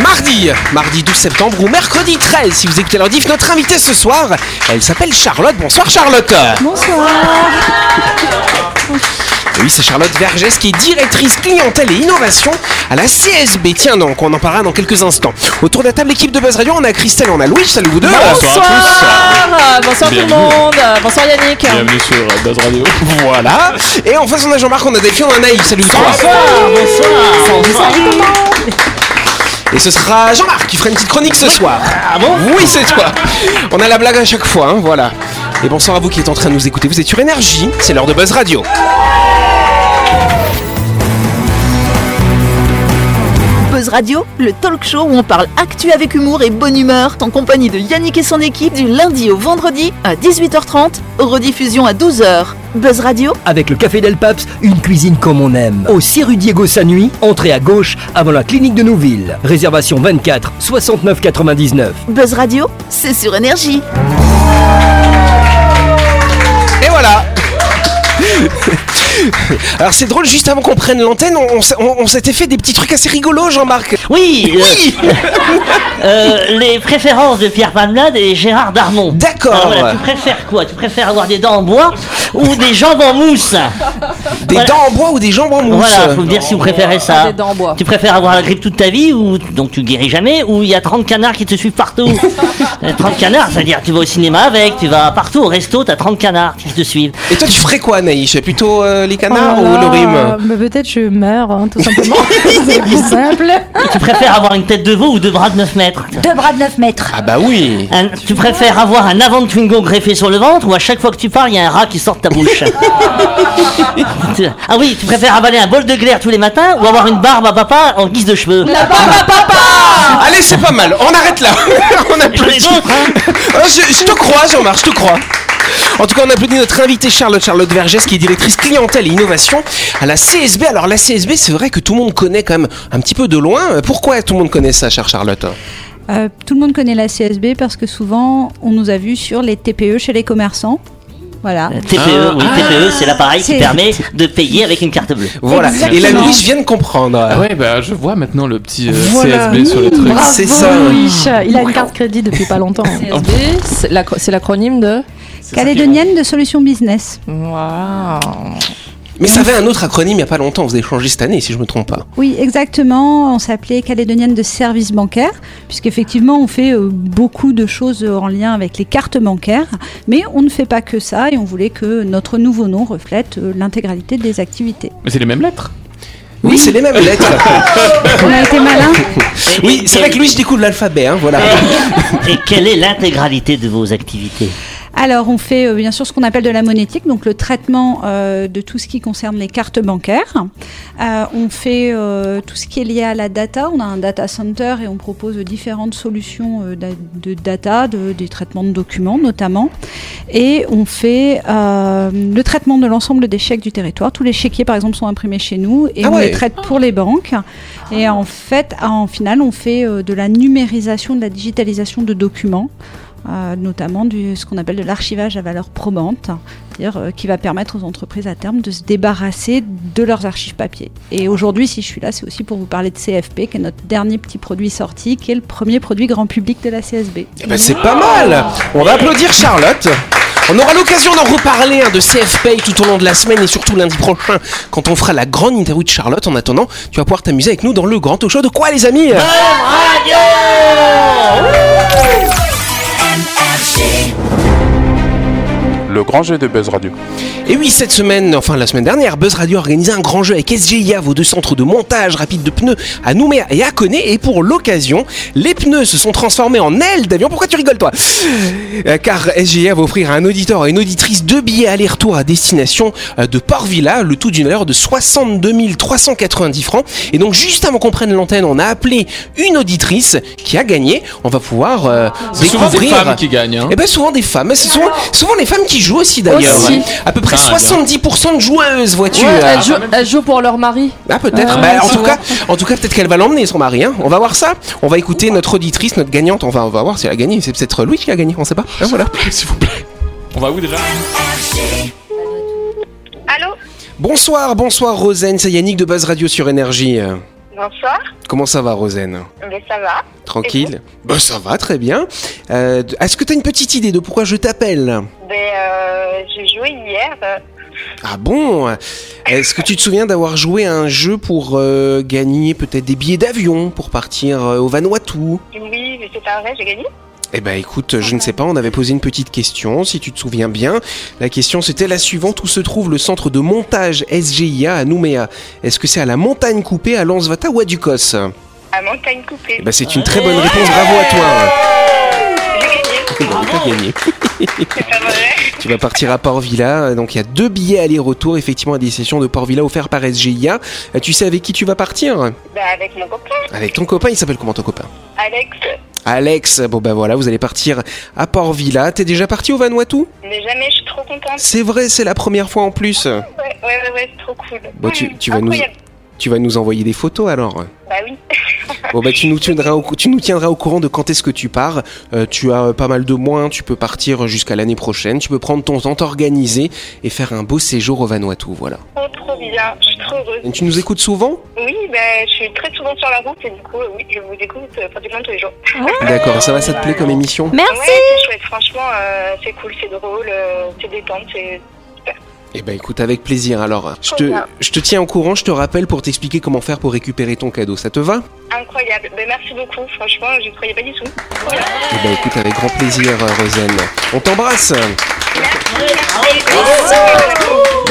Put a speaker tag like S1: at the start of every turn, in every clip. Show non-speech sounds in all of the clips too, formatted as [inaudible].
S1: Mardi, mardi 12 septembre ou mercredi 13, si vous écoutez l'ordif, notre invitée ce soir, elle s'appelle Charlotte. Bonsoir Charlotte
S2: Bonsoir.
S1: Oui, c'est Charlotte Vergès qui est directrice clientèle et innovation à la CSB. Tiens donc, on en parlera dans quelques instants. Autour de la table, équipe de Buzz Radio, on a Christelle, on a Louis, salut vous deux
S2: Bonsoir. Bonsoir, tout le
S3: Bienvenue.
S2: monde. Bonsoir Yannick.
S3: Bienvenue sur euh, Buzz Radio.
S1: Voilà Bah, Et en face, on a Jean-Marc, on a Delphine, on a Naïf, salut vous trois Et ce sera Jean-Marc qui fera une petite chronique ce soir. Ah bon Oui, c'est toi. On a la blague à chaque fois, hein, voilà. Et bonsoir à vous qui êtes en train de nous écouter. Vous êtes sur Énergie, c'est l'heure de Buzz Radio.
S4: Buzz Radio, le talk show où on parle actu avec humour et bonne humeur, en compagnie de Yannick et son équipe du lundi au vendredi à 18h30, rediffusion à 12h. Buzz Radio,
S5: Avec le Café Del Paps, une cuisine comme on aime. Au 6 rue Diego Sanui, entrée à gauche avant la clinique de Nouville. Réservation 24 69 99.
S4: Buzz Radio, c'est sur énergie.
S1: Et voilà [laughs] Alors c'est drôle, juste avant qu'on prenne l'antenne, on, on s- on- on s'était fait des petits trucs assez rigolos, Jean-Marc.
S6: Oui, euh, [laughs] euh, les préférences de Pierre Palmade et Gérard Darmon.
S1: D'accord.
S6: Alors voilà, tu préfères quoi Tu préfères avoir des dents en bois ou des jambes en mousse
S1: Des
S6: Voilà.
S1: dents en bois ou des jambes en mousse
S6: Voilà, faut me dire si vous préférez
S2: Ah,
S6: ça.
S2: des dents en bois.
S6: Tu préfères avoir la grippe toute ta vie ou donc tu guéris jamais ou il y a 30 canards qui te
S2: [laughs]
S6: suivent partout. Euh, 30 canards, c'est-à-dire tu vas au cinéma avec, tu vas partout au resto, t'as 30 canards qui te suivent.
S1: Et toi, tu ferais quoi, Naïch Plutôt euh, les canards
S2: Oh
S1: ou
S2: là
S1: le
S2: là,
S1: rime
S2: mais Peut-être je meurs, hein, tout
S7: [laughs]
S2: simplement. c'est plus simple.
S6: Tu préfères avoir une tête de veau ou deux bras de 9 mètres
S8: Deux bras de 9 mètres.
S1: Ah bah oui
S6: Un- Hein, tu préfères avoir un avant de Twingo greffé sur le ventre ou à chaque fois que tu parles, il y a un rat qui sort de ta bouche Tu- Ah oui, tu préfères avaler un bol de glaire tous les matins ou avoir une barbe à papa en guise de cheveux
S1: Allez, c'est pas mal, on arrête là [laughs] On applaudit
S6: les autres, hein.
S1: Ah, je, je te crois, Jean-Marc, je te crois. En tout cas, on applaudit notre invitée Charlotte Charlotte Vergès, qui est directrice clientèle et innovation à la CSB. Alors, la CSB, c'est vrai que tout le monde connaît quand même un petit peu de loin. Pourquoi tout le monde connaît ça, chère Charlotte
S9: Euh, tout le monde connaît la CSB parce que souvent on nous a vus sur les TPE chez les commerçants. Voilà.
S6: Euh, TPE, E, oui, TPE, c'est l'appareil qui
S9: C'est-
S6: permet de payer avec une carte bleue.
S1: Voilà. Et la
S9: Exactement.
S1: Louise vient de comprendre.
S3: Ah ouais, bah je vois maintenant le petit euh,
S1: Voilà.
S3: CSB sur le truc.
S1: Bravo. C'est ça.
S2: Louis. Il a une carte crédit depuis pas longtemps.
S7: CSB, c'est la- c'est l'acronyme de.
S9: Calédonienne de solutions business.
S7: Waouh.
S1: Mais ça avait un autre acronyme il n'y a pas longtemps. Vous avez changé cette année, si je me trompe pas.
S9: Oui, exactement. On s'appelait Calédonienne de services bancaires, puisqu'effectivement on fait euh, beaucoup de choses en lien avec les cartes bancaires, mais on ne fait pas que ça et on voulait que notre nouveau nom reflète euh, l'intégralité des activités.
S3: Mais c'est les mêmes lettres.
S1: Oui, c'est les mêmes lettres.
S9: On a été malin.
S1: [laughs]
S6: Et-
S1: oui,
S6: et
S1: c'est vrai
S6: quel-
S1: que Louise découvre l'alphabet. Hein, voilà.
S6: Et quelle est l'intégralité de vos activités
S9: Alors, on fait euh, bien sûr ce qu'on appelle de la monétique, donc le traitement euh, de tout ce qui concerne les cartes bancaires. Euh, on fait euh, tout ce qui est lié à la data. On a un data center et on propose différentes solutions euh, d'a- de data, de- des traitements de documents notamment. Et on fait euh, le traitement de l'ensemble des chèques du territoire. Tous les chéquiers, par exemple, sont imprimés chez nous et
S1: Ah
S9: on
S1: ouais.
S9: les traite pour les banques. Et en fait, en final, on fait euh, de la numérisation, de la digitalisation de documents, euh, notamment du, ce qu'on appelle de l'archivage à valeur probante, c'est-à-dire euh, qui va permettre aux entreprises à terme de se débarrasser de leurs archives papier. Et aujourd'hui, si je suis là, c'est aussi pour vous parler de CFP, qui est notre dernier petit produit sorti, qui est le premier produit grand public de la CSB.
S1: Eh ben, c'est pas mal On va applaudir Charlotte on aura l'occasion d'en reparler hein, de CFPay tout au long de la semaine et surtout lundi prochain quand on fera la grande interview de Charlotte. En attendant, tu vas pouvoir t'amuser avec nous dans le grand talk show de quoi les amis
S10: Le grand jeu de Buzz Radio.
S1: Et oui, cette semaine, enfin la semaine dernière, Buzz Radio a organisé un grand jeu avec SGIA, vos deux centres de montage rapide de pneus à Nouméa et à Coné. Et pour l'occasion, les pneus se sont transformés en ailes d'avion. Pourquoi tu rigoles, toi Euh, Car SGIA va offrir à un auditeur et une auditrice deux billets aller-retour à destination euh, de Port Villa, le tout d'une valeur de 62 390 francs. Et donc, juste avant qu'on prenne l'antenne, on a appelé une auditrice qui a gagné. On va pouvoir euh,
S3: C'est souvent
S1: découvrir.
S3: des femmes qui gagnent. Hein.
S1: Eh ben souvent des femmes, Mais c'est souvent, souvent les femmes qui jouent aussi d'ailleurs.
S7: Ah Aussi.
S1: À peu près
S3: Ah, bien.
S1: 70% de joueuses, vois-tu.
S7: Ouais,
S1: Ah,
S7: elle, joue, elle joue pour leur mari.
S1: ah, peut-être.
S7: Ouais,
S1: Bah, en,
S7: souvent.
S1: tout cas, en tout cas, peut-être qu'elle va l'emmener son mari. hein. On va voir ça. On va écouter notre auditrice, notre gagnante. On va, on va voir si elle a gagné. C'est peut-être Louis qui a gagné. On sait pas. Hein, voilà.
S3: [laughs] S'il vous plaît. On va où déjà
S11: Allô
S1: Bonsoir, bonsoir Rosane, c'est Yannick de Buzz Radio sur Énergie.
S8: Bonsoir.
S1: Comment ça va, Rosen
S8: Ben, ça va.
S1: Tranquille Bah ça va, très bien. Euh, Est-ce que t'as une petite idée de pourquoi je t'appelle
S8: Ben, euh, j'ai joué hier. euh,
S1: Ah bon Est-ce que tu te souviens d'avoir joué à un jeu pour euh, gagner peut-être des billets d'avion pour partir euh, au Vanuatu
S8: oui, mais c'est pas vrai, j'ai gagné.
S1: Eh ben écoute, je ne sais pas, on avait posé une petite question, si tu te souviens bien. La question c'était la suivante, où se trouve le centre de montage SGIA à Nouméa Est-ce que c'est à la montagne coupée, à Lansvata ou à Ducos
S8: À montagne coupée.
S1: Eh ben c'est une très bonne réponse, bravo à toi
S8: J'ai gagné.
S1: Bon, t'as gagné.
S8: C'est pas vrai.
S1: Tu vas partir à Port Villa, donc il y a deux billets aller-retour effectivement à des sessions de Port Villa offerts par SGIA. Euh, Tu sais avec qui tu vas partir
S8: Ben, avec mon copain,
S1: Avec ton copain, il s'appelle comment ton copain
S8: Alex.
S1: Alex, bon ben voilà, vous allez partir à Port Villa. T'es déjà parti au Vanuatu
S8: Mais jamais, je suis trop contente.
S1: C'est vrai, c'est la première fois en plus.
S8: Ouais, ouais, ouais, ouais, c'est trop cool.
S1: Bon, tu- tu vas nous-
S8: Incroyable.
S1: Tu vas nous envoyer des photos alors.
S8: Bah oui. [laughs]
S1: Bon bah tu nous tiendras au, cou- tu nous tiendras au courant de quand est-ce que tu pars. Euh, tu as euh, pas mal de mois, tu peux partir jusqu'à l'année prochaine. Tu peux prendre ton temps, t'organiser et faire un beau séjour au Vanuatu. Voilà.
S8: Trop, trop bien. Je suis trop heureuse.
S1: Et tu nous écoutes souvent
S8: Oui, ben, je suis très souvent sur la route et du coup, euh, oui, je vous écoute euh, pratiquement tous les jours.
S1: D'accord. Ça va, ça te plaît comme émission
S8: Ouais, c'est chouette. Franchement, euh, c'est cool, c'est drôle, euh, c'est détente, c'est.
S1: Eh ben écoute avec plaisir. Alors je
S8: Trop
S1: te,
S8: bien.
S1: je te tiens au courant. Je te rappelle pour t'expliquer comment faire pour récupérer ton cadeau. Ça te va
S8: Incroyable. Ben, merci beaucoup. Franchement, je croyais pas du tout.
S1: Eh ben écoute avec grand plaisir, euh, Rosen. On t'embrasse.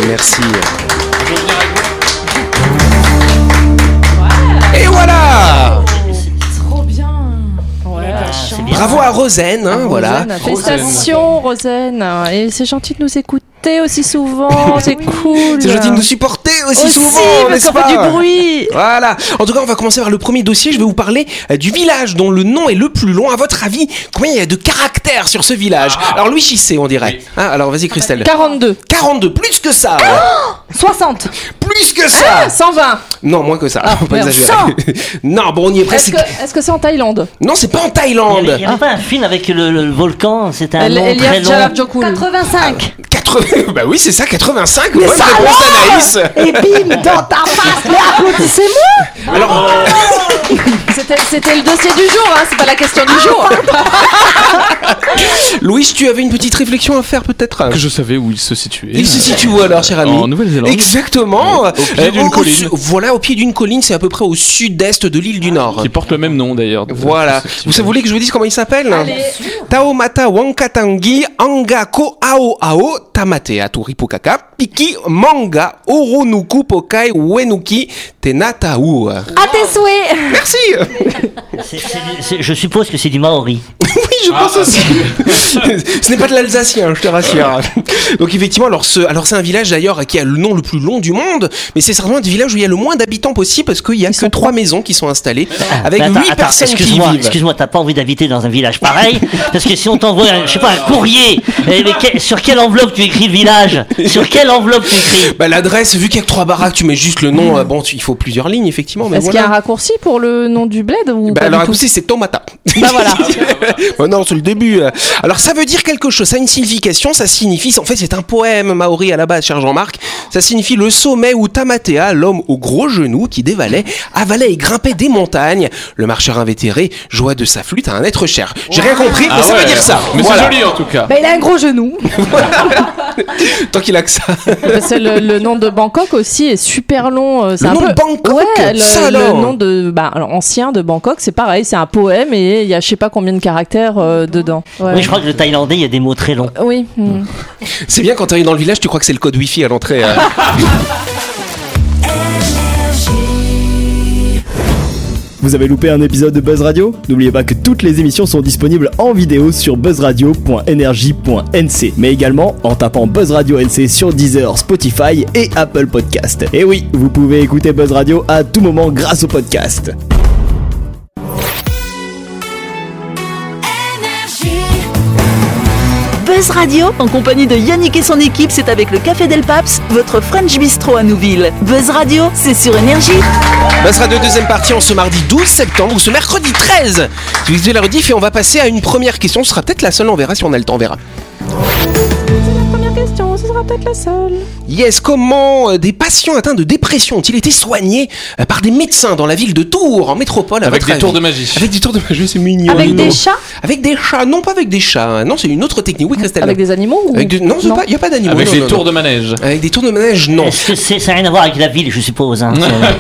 S1: Merci. Et voilà.
S7: Trop bien. Ouais.
S1: Bravo à Rosen, hein, voilà.
S7: Rosen, Félicitations, Rosen. Et c'est gentil de nous écouter
S1: [laughs]
S7: aussi souvent. c'est cool.
S1: C'est gentil de nous supporter aussi,
S7: aussi
S1: souvent,
S7: parce
S1: n'est-ce
S7: qu'on
S1: pas
S7: fait du bruit.
S1: Voilà. En tout cas, on va commencer par le premier dossier. Je vais vous parler euh, du village dont le nom est le plus long. À votre avis, combien il y a de caractères sur ce village Alors, Louis Chissé, on dirait.
S3: Oui.
S1: Hein, alors,
S7: Ah,
S1: vas-y, Christelle.
S7: 42,
S1: 42, plus que ça
S7: [gasps] 60,
S1: Plus que ça
S7: Ah, 120.
S1: Non, moins que ça.
S7: Ah,
S1: Faut pas
S7: merde.
S1: exagérer. [laughs] non, bon, on y est
S7: Est-ce
S1: presque.
S7: que est-ce que c'est en Thaïlande
S1: Non, c'est pas en
S6: Il n'y
S1: Thaïlande.
S6: avait, pas un film avec le, le volcan, c'était
S1: Ah
S6: un
S7: El-
S6: nom très
S7: Elias
S6: long.
S7: Jalabjokul.
S2: 85
S1: 80... [laughs] Bah oui, c'est ça, 85. Bonne réponse, Anaïs.
S2: Et bim
S1: Oh,
S2: dans ta face Mais applaudissez-moi
S1: Alors, Oh.
S7: [laughs] C'était c'était le dossier du jour, hein, c'est pas la question
S1: Ah,
S7: du jour.
S1: [laughs] Louis, tu avais une petite réflexion à faire peut-être
S3: Que je savais où il se situait.
S1: Il se situe où alors, cher ami
S3: En Nouvelle-Zélande.
S1: Exactement. Euh,
S3: Au pied d'une colline.
S1: su- voilà, au pied d'une colline, c'est à peu près au sud-est de l'île du Nord.
S3: Qui porte le même nom d'ailleurs.
S1: Voilà. Vous
S3: savez
S1: voulez que je vous dise comment il s'appelle Taomata Wankatangi Angako Ao Ao Tamatea Turipukaka Piki Manga Oronuku Pokai Wenuki Tenatau.
S2: À tes souhaits
S1: Merci
S6: C'est- c'est du- c'est- je suppose que c'est du maori.
S1: Oui, je pense aussi. ce n'est pas de l'alsacien, je te rassure. Donc effectivement, alors ce, alors c'est un village d'ailleurs qui a le nom le plus long du monde, mais c'est certainement un village où il y a le moins d'habitants possible parce qu'il y a que trois maisons qui sont installées avec
S6: Ah. Mais attends,
S1: huit
S6: attends,
S1: personnes qui y
S6: excuse-moi,
S1: vivent.
S6: excuse-moi, t'as pas envie d'habiter dans un village pareil Parce que si on t'envoie, un- je sais pas, un courrier, eh, mais que- sur quelle enveloppe tu écris le village Sur quelle enveloppe tu écris
S1: Bah l'adresse, vu qu'il y a que trois baraques, tu mets juste le nom. euh, Bon, tu- il faut plusieurs lignes effectivement, mais
S7: Est-ce qu'il y a un
S1: voilà.
S7: raccourci pour le nom du bled ou
S1: Bah,
S7: pas
S1: alors
S7: du tout
S1: écoutez, c'est Tomata.
S7: Bah
S1: [laughs]
S7: voilà.
S1: Bah non, c'est le début. euh. Alors ça veut dire quelque chose, ça a une signification, ça signifie, en fait c'est un poème maori à la base, cher Jean-Marc, ça signifie le sommet où Tamatea, l'homme aux gros genoux qui dévalait, avalait et grimpait des montagnes. Le marcheur invétéré joua de sa flûte à un être cher. J'ai rien compris, mais ça veut dire ça.
S3: Ah Mais
S1: Voilà.
S3: c'est joli en tout cas.
S2: Bah il a un gros genou
S1: Tant qu'il a que ça.
S7: Parce que le, le nom de Bangkok aussi est super long. euh, C'est
S1: Le
S7: un
S1: nom
S7: peu...
S1: de Bangkok,
S7: Ouais, le,
S1: ça
S7: le
S1: alors.
S7: nom de, bah, alors, ancien de Bangkok, c'est pareil, c'est un poème et il y a je sais pas combien de caractères euh, dedans. Ouais.
S6: Oui, je crois que le thaïlandais, il y a des mots très longs.
S7: Oui, hmm.
S1: C'est bien quand t'arrives dans le village, tu crois que c'est le code wifi à l'entrée. euh.
S11: Vous avez loupé un épisode de Buzz Radio N'oubliez pas que toutes les émissions sont disponibles en vidéo sur buzzradio.energie.nc, mais également en tapant Buzz Radio NC sur Deezer, Spotify et Apple Podcast. Et oui, vous pouvez écouter Buzz Radio à tout moment grâce au podcast.
S4: [laughs] Buzz Radio, en compagnie de Yannick et son équipe, c'est avec le Café Del Paps, votre French Bistro à Nouville. Buzz Radio, c'est sur Énergie.
S1: Bah, ce sera de deuxième partie en ce mardi 12 septembre ou ce mercredi 13. Je vous fais la rediff et on va passer à une première question. Ce sera peut-être la seule, on verra si on a le temps, on verra.
S7: Première question, c'est ça. sera peut-être la seule.
S1: Yes, comment euh, des patients atteints de dépression ont-ils été soignés euh, par des médecins dans la ville de Tours, en métropole à
S3: Avec
S1: votre
S3: des
S1: avis
S3: tours de magie.
S1: Avec des tours de magie, c'est mignon.
S7: Avec des chats
S1: Avec des chats, non pas avec des chats, hein. non c'est une autre technique, oui Christelle.
S7: Avec des animaux ou-
S1: Avec des- Non, il n'y a pas d'animaux.
S3: Avec
S1: non,
S3: des
S1: non,
S3: tours
S1: non.
S3: de manège.
S1: Avec des tours de manège, non. Ah,
S6: Est-ce que c'est- ça n'a rien à voir avec la ville, je suppose hein.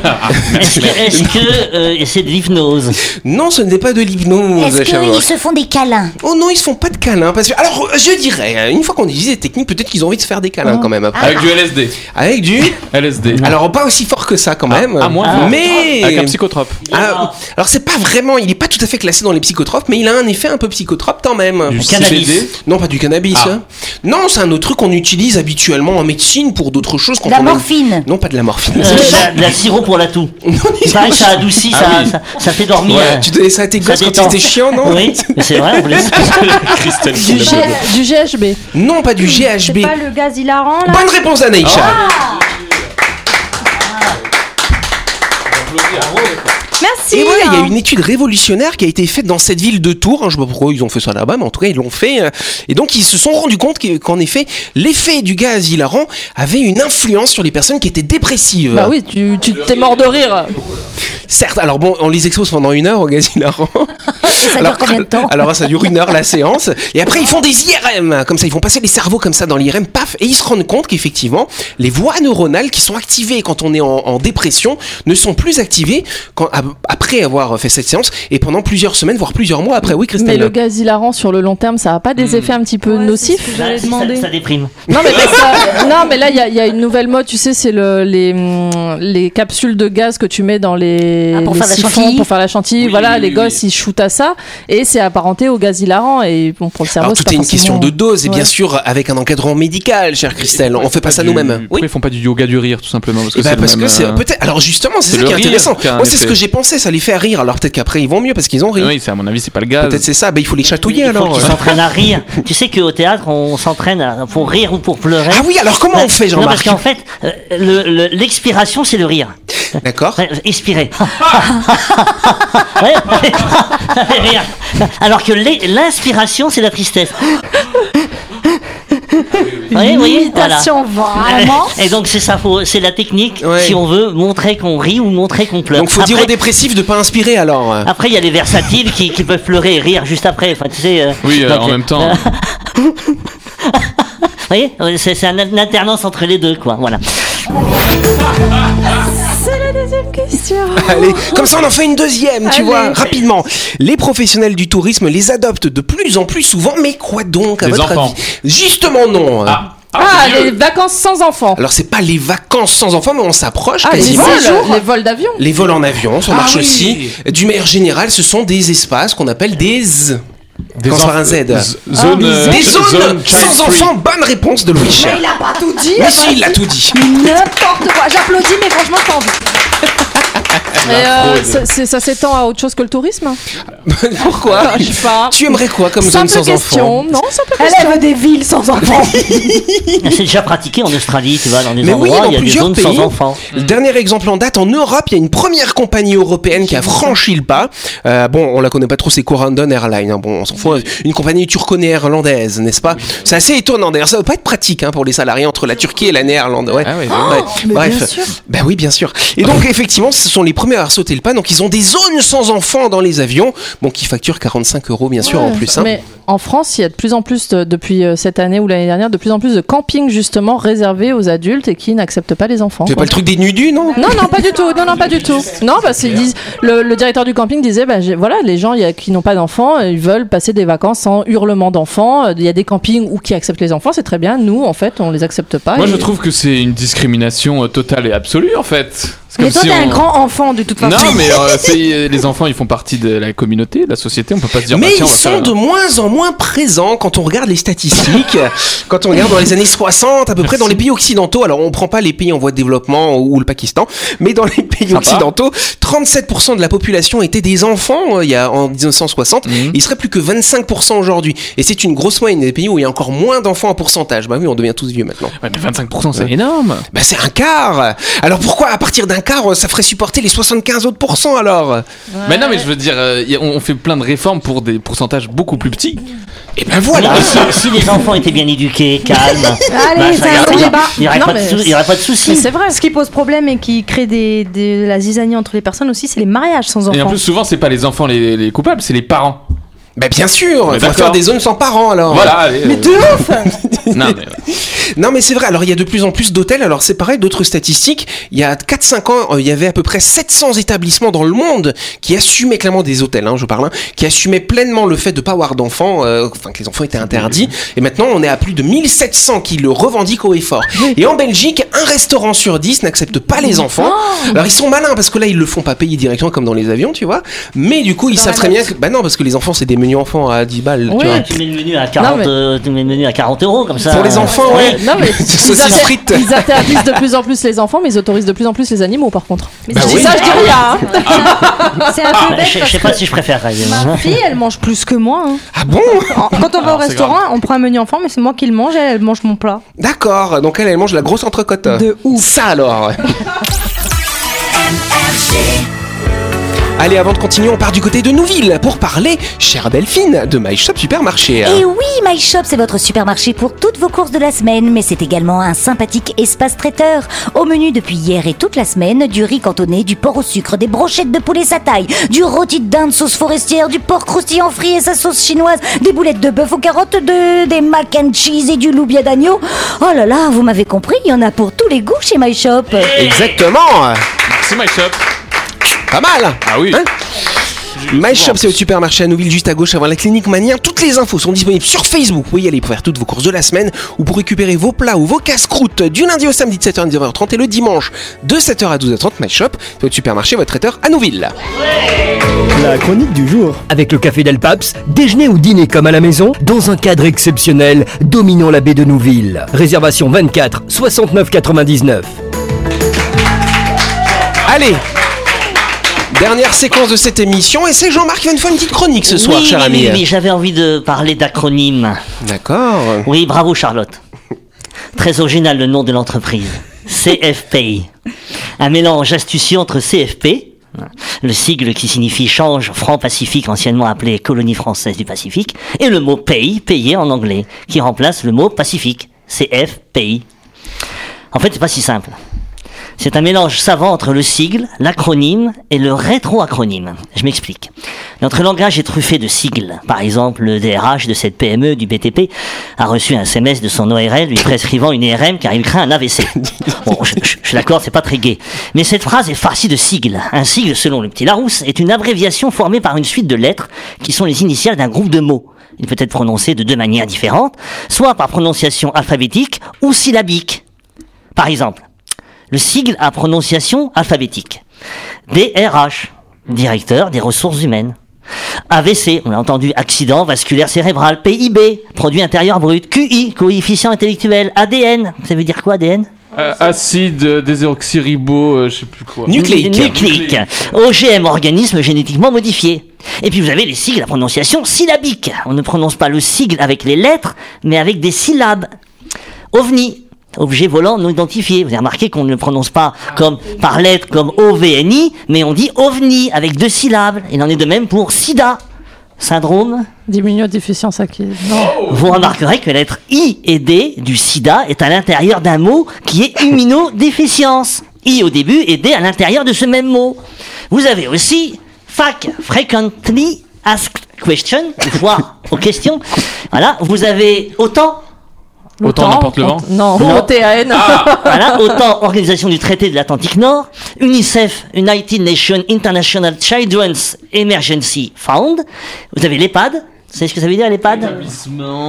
S1: [laughs]
S6: Est-ce que est-ce que, euh, c'est de l'hypnose
S1: Non, ce n'est pas de l'hypnose,
S12: Est-ce
S1: cher
S12: qu'ils
S1: Laurent.
S12: se font des câlins
S1: Oh non, ils se font pas de câlins. Parce que... Alors, je dirais, hein, une fois qu'on utilise des techniques, peut-être qu'ils ont envie de se faire des câlins quand même après.
S3: Avec du LSD.
S1: Avec du.
S3: LSD.
S1: Alors, pas aussi fort que ça quand même.
S3: à moins.
S1: Mais.
S3: Avec un psychotrope.
S1: Ah, alors c'est pas vraiment, il est pas tout à fait classé dans les psychotropes, mais il a un effet un peu psychotrope quand même.
S6: Du cannabis. CBD?
S1: Non, pas du cannabis.
S6: Ah.
S1: hein. Non, c'est un autre truc qu'on utilise habituellement en médecine pour d'autres choses. Quand
S12: La
S1: on a-
S12: morphine.
S1: Non, pas de la morphine.
S6: Euh,
S1: [laughs]
S6: la, la sirop pour la toux. Il paraît que ça adoucit, ça,
S1: Ah oui.
S6: ça, ça fait
S1: [laughs]
S6: dormir.
S1: Ouais, tu donnais ça à tes gosses quand
S6: détend.
S1: ils étaient chiants, non [laughs]
S6: Oui, mais c'est vrai, on vous laisse.
S3: Christelle.
S7: Du, G- du GHB.
S1: Non, pas du
S2: C'est
S1: GHB.
S2: pas le Ah. gaz hilarant là
S1: Bonne réponse d'Anaïcha.
S2: Merci
S1: Et ouais, il y
S9: hein.
S7: hein.
S1: a une étude révolutionnaire qui a été faite dans cette ville de Tours. hein, Je sais pas pourquoi ils ont fait ça là-bas, mais en tout cas ils l'ont fait. euh, Et donc ils se sont rendus compte que- qu'en effet, l'effet du gaz hilarant avait une influence sur les personnes qui étaient dépressives.
S7: Bah oui, tu tu t'es mort de rire.
S1: Certes, alors bon, on les expose pendant une heure au gaz hilarant.
S12: Ça dure combien de temps
S1: [laughs] Alors ça dure une heure la séance. Et après ils font des IRM, comme ça ils vont passer les cerveaux comme ça dans l'IRM, paf, et ils se rendent compte qu'effectivement les voies neuronales qui sont activées quand on est en, en dépression ne sont plus activées quand, ab- après avoir fait cette séance et pendant plusieurs semaines, voire plusieurs mois après. Oui
S7: Mais
S1: Christelle
S7: le gaz hilarant sur le long terme, ça a pas des effets un petit peu nocifs
S6: Ça, ça- ça déprime.
S7: Non mais, parce que- non, mais là, il y, a- il y a une nouvelle mode, tu sais, c'est le, les, hum, les capsules de gaz que tu mets dans les,
S12: Ah, pour
S7: les
S12: faire la
S7: siphons
S12: chantilly.
S7: pour faire la chantilly.
S3: Oui,
S7: voilà,
S3: oui,
S7: les
S3: oui,
S7: gosses, ils shootent à ça, et c'est apparenté au gaz hilarant. Et bon, pour le cerveau,
S1: Alors
S7: c'est
S1: tout
S7: pas
S1: est une question
S7: forcément-
S1: de dose et bien
S7: Ouais.
S1: sûr avec un encadrement médical, chère Christelle. On fait pas ça
S3: du-
S1: nous-mêmes. Oui.
S3: Pourquoi ils font pas du yoga du rire, tout simplement Parce que
S1: Eh ben,
S3: c'est le
S1: parce
S3: même,
S1: que c'est
S3: euh,
S1: peut-être. Alors justement, c'est
S3: c'est
S1: ça
S3: le
S1: qui est
S3: rire
S1: intéressant.
S3: qui a un
S1: Moi, c'est ce
S3: effet.
S1: que j'ai pensé. Ça les fait rire. Alors peut-être qu'après ils vont mieux parce qu'ils ont ri.
S3: Oui, ah, c'est à mon avis, c'est pas le gaz.
S1: Peut-être c'est ça. Ben, il faut les chatouiller
S6: Il faut
S1: alors.
S6: qu'ils s'entraînent à rire. Tu sais qu'au théâtre, on s'entraîne à- pour rire ou pour pleurer.
S1: Ah oui, alors comment on
S6: Bah,
S1: fait,
S6: Non, parce
S1: Jean-Marc
S6: qu'en fait, euh, le- le- l'expiration, c'est le rire.
S1: D'accord.
S6: Ouais, Expirer. Ouais, [laughs] ça fait rire. Alors que l'e- l'inspiration, c'est la tristesse. Une
S2: imitation vraiment
S6: Et donc c'est ça, faut- c'est la technique
S1: Ouais.
S6: si on veut montrer qu'on rit ou montrer qu'on pleure.
S1: Donc faut dire aux
S6: Après-
S1: dépressifs de pas inspirer alors.
S6: après, il y a les versatiles qui, qui peuvent pleurer et rire juste après. Enfin, tu sais, euh,
S3: Oui, euh,
S6: donc,
S3: en
S6: euh,
S3: même temps.
S6: Vous voyez, euh, c'est c'est un- une alternance entre les deux, quoi.
S1: [laughs]
S6: Voilà.
S7: C'est la deuxième question.
S1: Allez, comme ça on en fait une deuxième, tu
S7: Allez.
S1: vois, rapidement. Les professionnels du tourisme les adoptent de plus en plus souvent, mais quoi donc à
S3: Des
S1: votre
S3: enfants.
S1: avis Justement non.
S7: Ah, les vacances sans enfants.
S1: Alors c'est pas les vacances sans enfants, mais on s'approche
S7: Ah, les
S1: quasiment.
S7: vols, les vols d'avion.
S1: Les vols en avion, ça
S3: Ah
S1: marche
S3: oui.
S1: aussi. Du manière générale, ce sont des espaces qu'on appelle des z-
S3: Des
S1: Commence par
S3: enf-
S1: un Z.
S3: z- Zone, euh,
S1: des
S3: z-
S1: zones
S3: zone
S1: sans
S3: child free.
S1: enfants. Bonne réponse de Louis Cher.
S2: Il a pas tout dit
S1: Mais
S2: elle
S1: si,
S2: m'a
S1: il a tout dit.
S2: dit N'importe quoi J'applaudis mais franchement t'en veux
S7: Et, euh, ça c'est- ça s'étend à autre chose que le tourisme
S1: Pourquoi
S7: Je sais pas.
S1: Tu aimerais quoi comme zone
S7: Simple
S1: sans
S7: question.
S1: enfants
S7: Non, simple
S2: Elle
S7: question.
S2: elle veut des villes
S7: [laughs]
S2: sans enfants
S6: C'est déjà pratiqué en Australie, tu vois, dans des
S1: Mais oui,
S6: endroits
S1: dans
S6: il y a des
S1: plusieurs
S6: zones
S1: pays.
S6: sans enfants.
S1: Le dernier exemple en date en Europe, il y a une première compagnie européenne qui a franchi le pas. Euh, bon, on la connaît pas trop, c'est Corendon Airline. hein. Bon, on s'en fout. Une compagnie turco-néerlandaise, n'est-ce pas C'est assez étonnant. D'ailleurs, ça va pas être pratique hein, pour les salariés entre la Turquie et la Néerlande. Ouais. [laughs]
S3: Ah ouais,
S1: Ouais.
S2: mais
S1: Eh ben, Bref.
S2: bien sûr.
S1: Bah oui, bien sûr. Et donc, effectivement, ce sont les premiers à sauter le pas. Donc, ils ont des zones sans enfants dans les avions. Bon, qui facturent 45 euros, bien sûr, en
S7: Ouais,
S1: plus. hein.
S7: Mais en France, il y a de plus en plus, de- depuis euh, cette année ou l'année dernière, de plus en plus de campings justement réservés aux adultes et qui n'acceptent pas les enfants.
S1: C'est pas
S7: quoi.
S1: le truc des nudus, non
S7: Non, non, pas du tout. Non, non, pas du tout. Non, parce qu'ils disent, le, le directeur du camping disait, bah, j'ai- voilà, les gens il y a- qui n'ont pas d'enfants, euh, ils veulent passer des vacances sans hurlement d'enfants. Euh, Il y a des campings où qui acceptent les enfants, c'est très bien. Nous, en fait, on les accepte pas.
S3: Moi,
S7: Et-
S3: je trouve que c'est une discrimination euh, totale et absolue, en fait. C'est
S2: Mais
S3: comme
S2: toi
S3: si
S2: t'es un
S3: on-
S2: grand enfant de toute façon
S3: Non, mais euh, [laughs] c'est- les enfants, ils font partie de la communauté, de la société. On peut pas se dire. bah,
S1: Mais
S3: tiens,
S1: ils
S3: on va
S1: sont
S3: faire-
S1: de moins en moins présents quand on regarde les statistiques. quand on regarde dans les années 60, à peu près dans les pays occidentaux, alors on prend pas les pays en voie de développement ou le Pakistan, mais dans les pays occidentaux, 37% de la population étaient des enfants euh, il y a, en 1960.
S3: Mhm.
S1: Il serait plus que 25% aujourd'hui. Et c'est une grosse moyenne des pays où il y a encore moins d'enfants en pourcentage. Bah oui, on devient tous vieux maintenant.
S3: Ouais, mais 25%, c'est énorme.
S1: Bah c'est un quart Alors pourquoi à partir d'un quart, euh, ça ferait supporter les 75 autres pourcents alors.
S3: Mais non, mais je veux dire, euh, y a- on on fait plein de réformes pour des pourcentages beaucoup plus petits.
S1: Et ben [laughs] voilà
S6: si, si les enfants étaient bien éduqués,
S1: [laughs]
S6: calmes,
S2: Allez,
S6: machin,
S2: c'est un
S6: il
S2: autre
S6: n'y aurait,
S2: débat.
S6: il y aurait
S2: Non,
S6: pas de
S2: mais-
S6: sou- il y aurait pas de soucis.
S2: C'est vrai. Ce qui pose problème et qui crée des, de la zizanie entre les personnes aussi, c'est les mariages sans enfants.
S3: Et en plus, souvent, c'est pas les enfants les, les coupables, c'est les parents.
S1: Bah bien sûr,
S3: va
S1: faudrait faire des zones sans parents alors.
S3: Voilà, allez, euh,
S1: ouf
S3: [laughs] non, mais- euh,
S1: Non mais c'est vrai, alors il y a de plus en plus d'hôtels, alors c'est pareil, d'autres statistiques, il y a 4-5 ans, euh, il y avait à peu près 700 établissements dans le monde qui assumaient clairement des hôtels, hein, je parle, hein, qui assumaient pleinement le fait de pas avoir d'enfants, euh, enfin que les enfants étaient interdits, et maintenant on est à plus de 1700 qui le revendiquent haut et fort. Et en Belgique, un restaurant sur 10 n'accepte pas les enfants. Alors ils sont malins parce que là ils le font pas payer directement comme dans les avions, tu vois, mais du coup ils
S6: dans la
S1: savent très bien
S6: note.
S1: que... Bah non, parce que les enfants c'est des menus enfants à 10 balles, tu vois.
S6: Tu mets le menu à 40,
S7: mais-
S6: euh, tu mets le menu à 40 euros comme ça.
S1: Pour les enfants,
S6: euh,
S1: ouais.
S7: Non, mais ils,
S1: Saucisse
S7: inter-
S1: frites.
S7: ils interdisent de plus en plus les enfants, mais ils autorisent de plus en plus les animaux, par contre.
S1: Bah
S7: je dis
S1: oui.
S7: ça, je dis rien. hein.
S2: C'est un
S6: Ah,
S2: peu
S6: mais
S2: bête
S6: je, je
S2: parce
S6: sais pas
S2: que
S6: si je préfère. quand même.
S2: ma fille, elle mange plus que moi. hein.
S1: Ah bon
S2: En- Quand on va au
S6: Alors, c'est
S2: restaurant, on prend un menu enfant, mais c'est moi qui le mange, elle elle mange mon plat.
S1: D'accord, donc elle, elle mange la grosse entrecôte. De ouf. Ça alors. Allez, avant de continuer, on part du côté de Nouville pour parler, chère Delphine, de My Shop Supermarché.
S12: Et Eh oui, My Shop, c'est votre supermarché pour toutes vos courses de la semaine, mais c'est également un sympathique espace traiteur. Au menu depuis hier et toute la semaine, du riz cantonné, du porc au sucre, des brochettes de poulet sa taille, du rôti de dinde sauce forestière, du porc croustillant frit et sa sauce chinoise, des boulettes de bœuf aux carottes, de, des mac and cheese et du loubia d'agneau. Oh là là, vous m'avez compris, il y en a pour tous les goûts chez My Shop.
S1: Exactement.
S3: C'est my shop.
S1: Pas mal. Hein
S3: Ah oui.
S1: My Shop, c'est au supermarché à Nouville, juste à gauche avant la clinique Manien. Toutes les infos sont disponibles sur Facebook. Vous pouvez y aller pour faire toutes vos courses de la semaine ou pour récupérer vos plats ou vos casse-croûtes du lundi au samedi de 7h à 19h30 et le dimanche de 7h à 12h30. My Shop, c'est votre supermarché, votre traiteur à Nouville.
S5: La chronique du jour. Avec le café Del Paps, déjeuner ou dîner comme à la maison, dans un cadre exceptionnel, dominant la baie de Nouville. Réservation 24 69 99.
S1: Allez Dernière séquence de cette émission et c'est Jean-Marc qui va nous faire une petite chronique ce soir,
S6: oui,
S1: cher
S6: oui,
S1: ami.
S6: Oui, oui, j'avais envie de parler d'acronymes.
S1: D'accord.
S6: Oui, bravo Charlotte. Très original le nom de l'entreprise. CFPI. Un mélange astucieux entre CFP, le sigle qui signifie change franc-pacifique, anciennement appelé colonie française du Pacifique, et le mot pays, payé en anglais, qui remplace le mot pacifique. CFPI. En fait, c'est pas si simple. C'est un mélange savant entre le sigle, l'acronyme et le rétroacronyme. Je m'explique. Notre langage est truffé de sigles. Par exemple, le DRH de cette PME du BTP a reçu un SMS de son ORL lui prescrivant une IRM car il craint un AVC. Bon, je, je- je l'accorde, c'est pas très gai. Mais cette phrase est farcie de sigles. Un sigle, selon le petit Larousse, est une abréviation formée par une suite de lettres qui sont les initiales d'un groupe de mots. Il peut être prononcé de deux manières différentes, soit par prononciation alphabétique ou syllabique. Par exemple, le sigle à prononciation alphabétique. DRH, directeur des ressources humaines. AVC, on l'a entendu, accident vasculaire cérébral. PIB, produit intérieur brut. QI, coefficient intellectuel. ADN, ça veut dire quoi ADN
S3: Euh, acide, euh, désoxyribo, euh, je sais plus quoi.
S6: Nucléique. OGM, organisme génétiquement modifié. Et puis vous avez les sigles à prononciation syllabique. On ne prononce pas le sigle avec les lettres, mais avec des syllabes. OVNI. Objet volant non identifié. Vous avez remarqué qu'on ne le prononce pas comme par lettre comme OVNI, mais on dit OVNI avec deux syllabes. Il en est de même pour SIDA. Syndrome
S7: Diminuant-déficience acquise. Non.
S6: vous remarquerez que la lettre I et D du sida est à l'intérieur d'un mot qui est immunodéficience. I au début et D à l'intérieur de ce même mot. Vous avez aussi FAC, Frequently Asked Question, ou fois aux questions. Voilà, vous avez autant.
S3: Autant n'importe le vent.
S7: Non, OTAN.
S6: Ah. Voilà, autant Organisation du Traité de l'Atlantique Nord, UNICEF, United Nations International Children's Emergency Fund. Vous avez l'EHPAD. Vous savez ce que ça veut dire l'EHPAD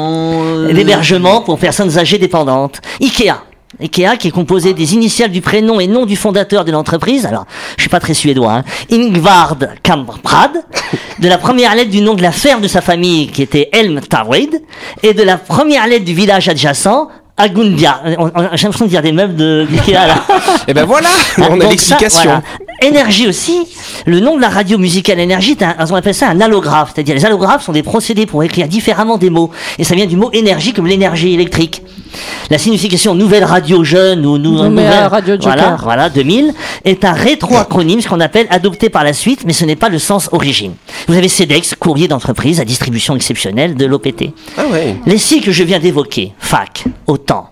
S3: Euh,
S6: L'hébergement pour personnes âgées dépendantes. Ikea. Ikea qui est composé des initiales du prénom et nom du fondateur de l'entreprise. Alors, je suis pas très suédois. Hein. Ingvard Kamprad. De la première lettre du nom de la ferme de sa famille qui était Elm Tawid. Et de la première lettre du village adjacent. Euh, Agundia. On- on- J'ai l'impression de dire des meubles de d'Ikea là.
S1: Et ben voilà,
S6: Hein,
S1: [laughs] on a
S6: donc ça,
S1: l'explication.
S6: voilà. Énergie aussi, le nom de la radio musicale énergie, est un- on appelle ça un allographe. C'est-à-dire, les allographes sont des procédés pour écrire différemment des mots. Et ça vient du mot énergie comme l'énergie électrique. La signification nouvelle radio jeune ou nou-
S7: Non, mais,
S6: nouvelle
S7: euh, Radio Joker.
S6: voilà, voilà, 2000, est un rétro-acronyme, ce qu'on appelle adopté par la suite, mais ce n'est pas le sens origine. Vous avez CEDEX, courrier d'entreprise à distribution exceptionnelle de l'OPT.
S1: Ah
S6: Les sigles que je viens d'évoquer, FAC, OTAN,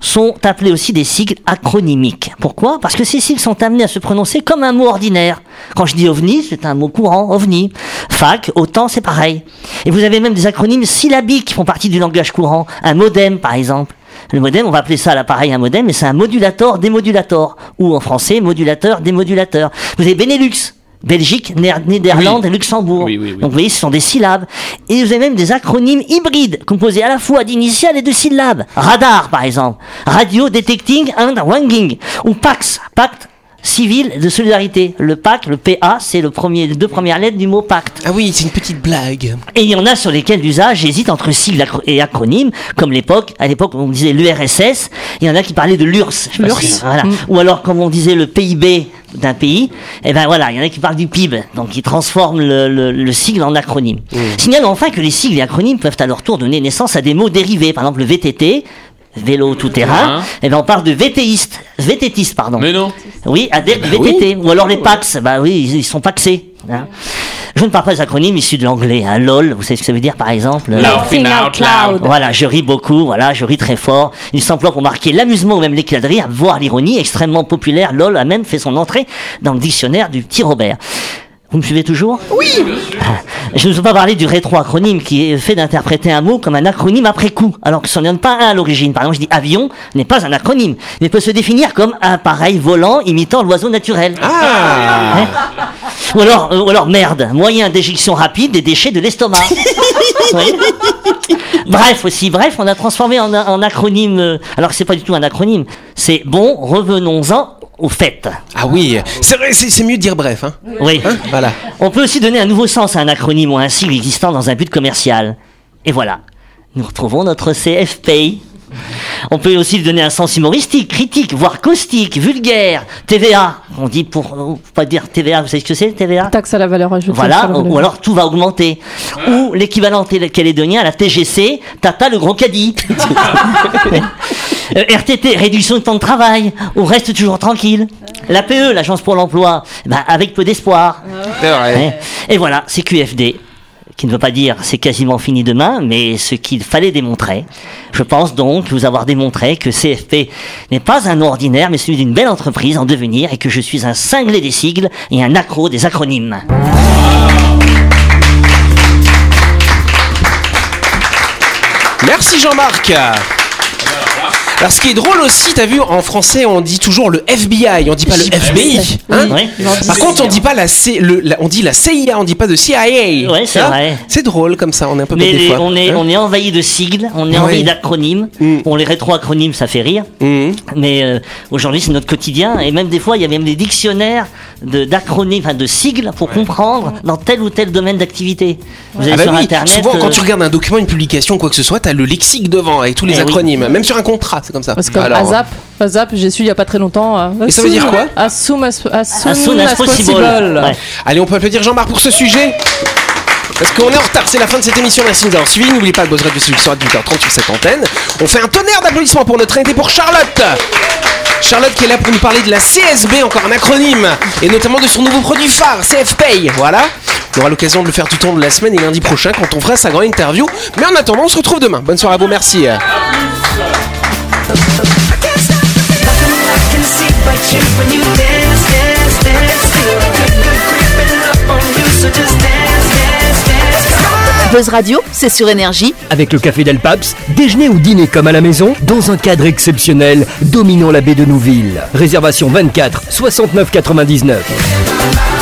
S6: sont appelés aussi des sigles acronymiques. Pourquoi Parce que ces sigles sont amenés à se prononcer comme un mot ordinaire. Quand je dis OVNI, c'est un mot courant, OVNI. FAC, OTAN, c'est pareil. Et vous avez même des acronymes syllabiques qui font partie du langage courant. Un modem, par exemple. Le modem, on va appeler ça à l'appareil un modem, mais c'est un modulator démodulator. Ou en français, modulateur démodulateur. Vous avez Benelux. Belgique, Néer- Néderlande et Luxembourg. Donc vous voyez, ce sont des syllabes. Et vous avez même des acronymes hybrides, composés à la fois d'initiales et de syllabes. Radar, par exemple. Radio Detecting and Wanging. Ou PAX. Pacte civil de solidarité. Le PAC, le PA, c'est le premier, les deux premières lettres du mot pacte.
S1: Ah oui, c'est une petite blague.
S6: Et il y en a sur lesquels l'usage hésite entre sigles acro- et acronymes, comme l'époque, à l'époque on disait l'URSS, il y en a qui parlaient de l'URSS. je sais pas
S7: L'URSS.
S6: si- voilà.
S7: Mm.
S6: Ou alors comme on disait le PIB d'un pays, et ben voilà, il y en a qui parlent du PIB, donc ils transforment le, le- le sigle en acronyme. Signalons enfin que les sigles et acronymes peuvent à leur tour donner naissance à des mots dérivés, par exemple le VTT, vélo tout-terrain,
S3: Hein.
S6: et ben on parle de VTiste, VTTiste pardon.
S3: Mais non.
S6: Oui, à des VTT, ou alors les PAX, bah oui, ils, ils sont paxés. hein. Je ne parle pas des acronymes issus de l'anglais, hein, LOL, vous savez ce que ça veut dire par exemple euh,
S3: Laughing out loud.
S6: Voilà, je ris beaucoup, voilà, je ris très fort. Il s'emploie pour marquer l'amusement ou même l'éclat de rire, voire l'ironie, extrêmement populaire. LOL a même fait son entrée dans le dictionnaire du petit Robert. Vous me suivez toujours Oui Je ne veux pas parler du rétro-acronyme qui est fait d'interpréter un mot comme un acronyme après coup, alors que ce n'en est pas un à l'origine. Par exemple, je dis avion n'est pas un acronyme, mais peut se définir comme un appareil volant imitant l'oiseau naturel.
S1: Ah,
S6: Hein ou alors, euh, ou alors merde, moyen d'éjection rapide des déchets de l'estomac. Oui. Bref aussi, bref, on a transformé en, un- en acronyme. euh, alors que c'est pas du tout un acronyme, c'est bon. Revenons-en au fait.
S1: Ah oui, c'est vrai, c'est c'est mieux de dire bref. Hein.
S6: Oui.
S1: Hein, voilà.
S6: On peut aussi donner un nouveau sens à un acronyme ou à un sigle existant dans un but commercial. Et voilà, nous retrouvons notre CFPI. On peut aussi lui donner un sens humoristique, critique, voire caustique, vulgaire, TVA. On dit pour, faut pas dire TVA, vous savez ce que c'est TVA
S7: Taxe à la valeur ajoutée.
S6: Voilà,
S7: sur le
S6: ou,
S7: revenu.
S6: ou alors tout va augmenter. Ou l'équivalent télé- calédonien à la TGC, Tata le gros caddie. Euh, RTT, réduction de temps de travail, ou reste toujours tranquille. L'APE, l'Agence pour l'emploi, bah, avec peu d'espoir.
S1: Ah
S6: Ouais. Et voilà, c'est QFD, qui ne veut pas dire c'est quasiment fini demain, mais ce qu'il fallait démontrer. Je pense donc vous avoir démontré que CFP n'est pas un nom ordinaire, mais celui d'une belle entreprise en devenir, et que je suis un cinglé des sigles et un accro des acronymes.
S1: Merci Jean-Marc. Alors ce qui est drôle aussi, t'as vu, en français on dit toujours le FBI, on dit pas le FBI. hein.
S6: Oui.
S1: Par contre on dit pas la, C, le- la- on dit la CIA, on dit pas de CIA.
S6: Ouais, c'est
S1: hein.
S6: vrai.
S1: C'est drôle comme ça, on est un peu
S6: Mais
S1: bête des
S6: les-
S1: fois.
S6: on, est,
S1: hein. Mm.
S6: on est envahi de sigles, on est
S1: Ouais.
S6: envahi d'acronymes. On les rétro-acronymes, ça fait rire.
S1: Mmh.
S6: Mais euh, aujourd'hui, c'est notre quotidien. Et même des fois, il y a même des dictionnaires de- d'acronymes, enfin de sigles, pour comprendre dans tel ou tel domaine d'activité. Vous allez
S1: Ah bah
S6: sur
S1: oui,
S6: Internet.
S1: souvent quand
S6: euh,
S1: tu regardes un document, une publication, quoi que ce soit, t'as le lexique devant avec tous les
S6: Eh oui.
S1: acronymes, même sur un contrat, c'est comme ça.
S7: Parce que
S1: Alors,
S7: ASAP, ASAP, j'ai su il y a pas très longtemps. euh,
S1: Et ça veut dire quoi
S7: As soon as, as soon
S1: As soon as
S7: as possible.
S1: possible. Allez, on peut applaudir Jean-Marc pour ce sujet. Parce qu'on est en retard, c'est la fin de cette émission, merci de nous avoir suivis. N'oubliez pas, le Buzz Radio, c'est le soir à 18h30 sur cette antenne. On fait un tonnerre d'applaudissements pour notre invité, pour Charlotte. Charlotte qui est là pour nous parler de la CSB, encore un acronyme, et notamment de son nouveau produit phare, CFPay. Voilà. On aura l'occasion de le faire tout au long de la semaine et lundi prochain quand on fera sa grande interview. Mais en attendant, on se retrouve demain. Bonne soirée à vous, merci.
S4: Buzz Radio, c'est sur énergie
S5: Avec le café Del Paps, déjeuner ou dîner comme à la maison, dans un cadre exceptionnel dominant la baie de Nouville. Réservation 24 69 99.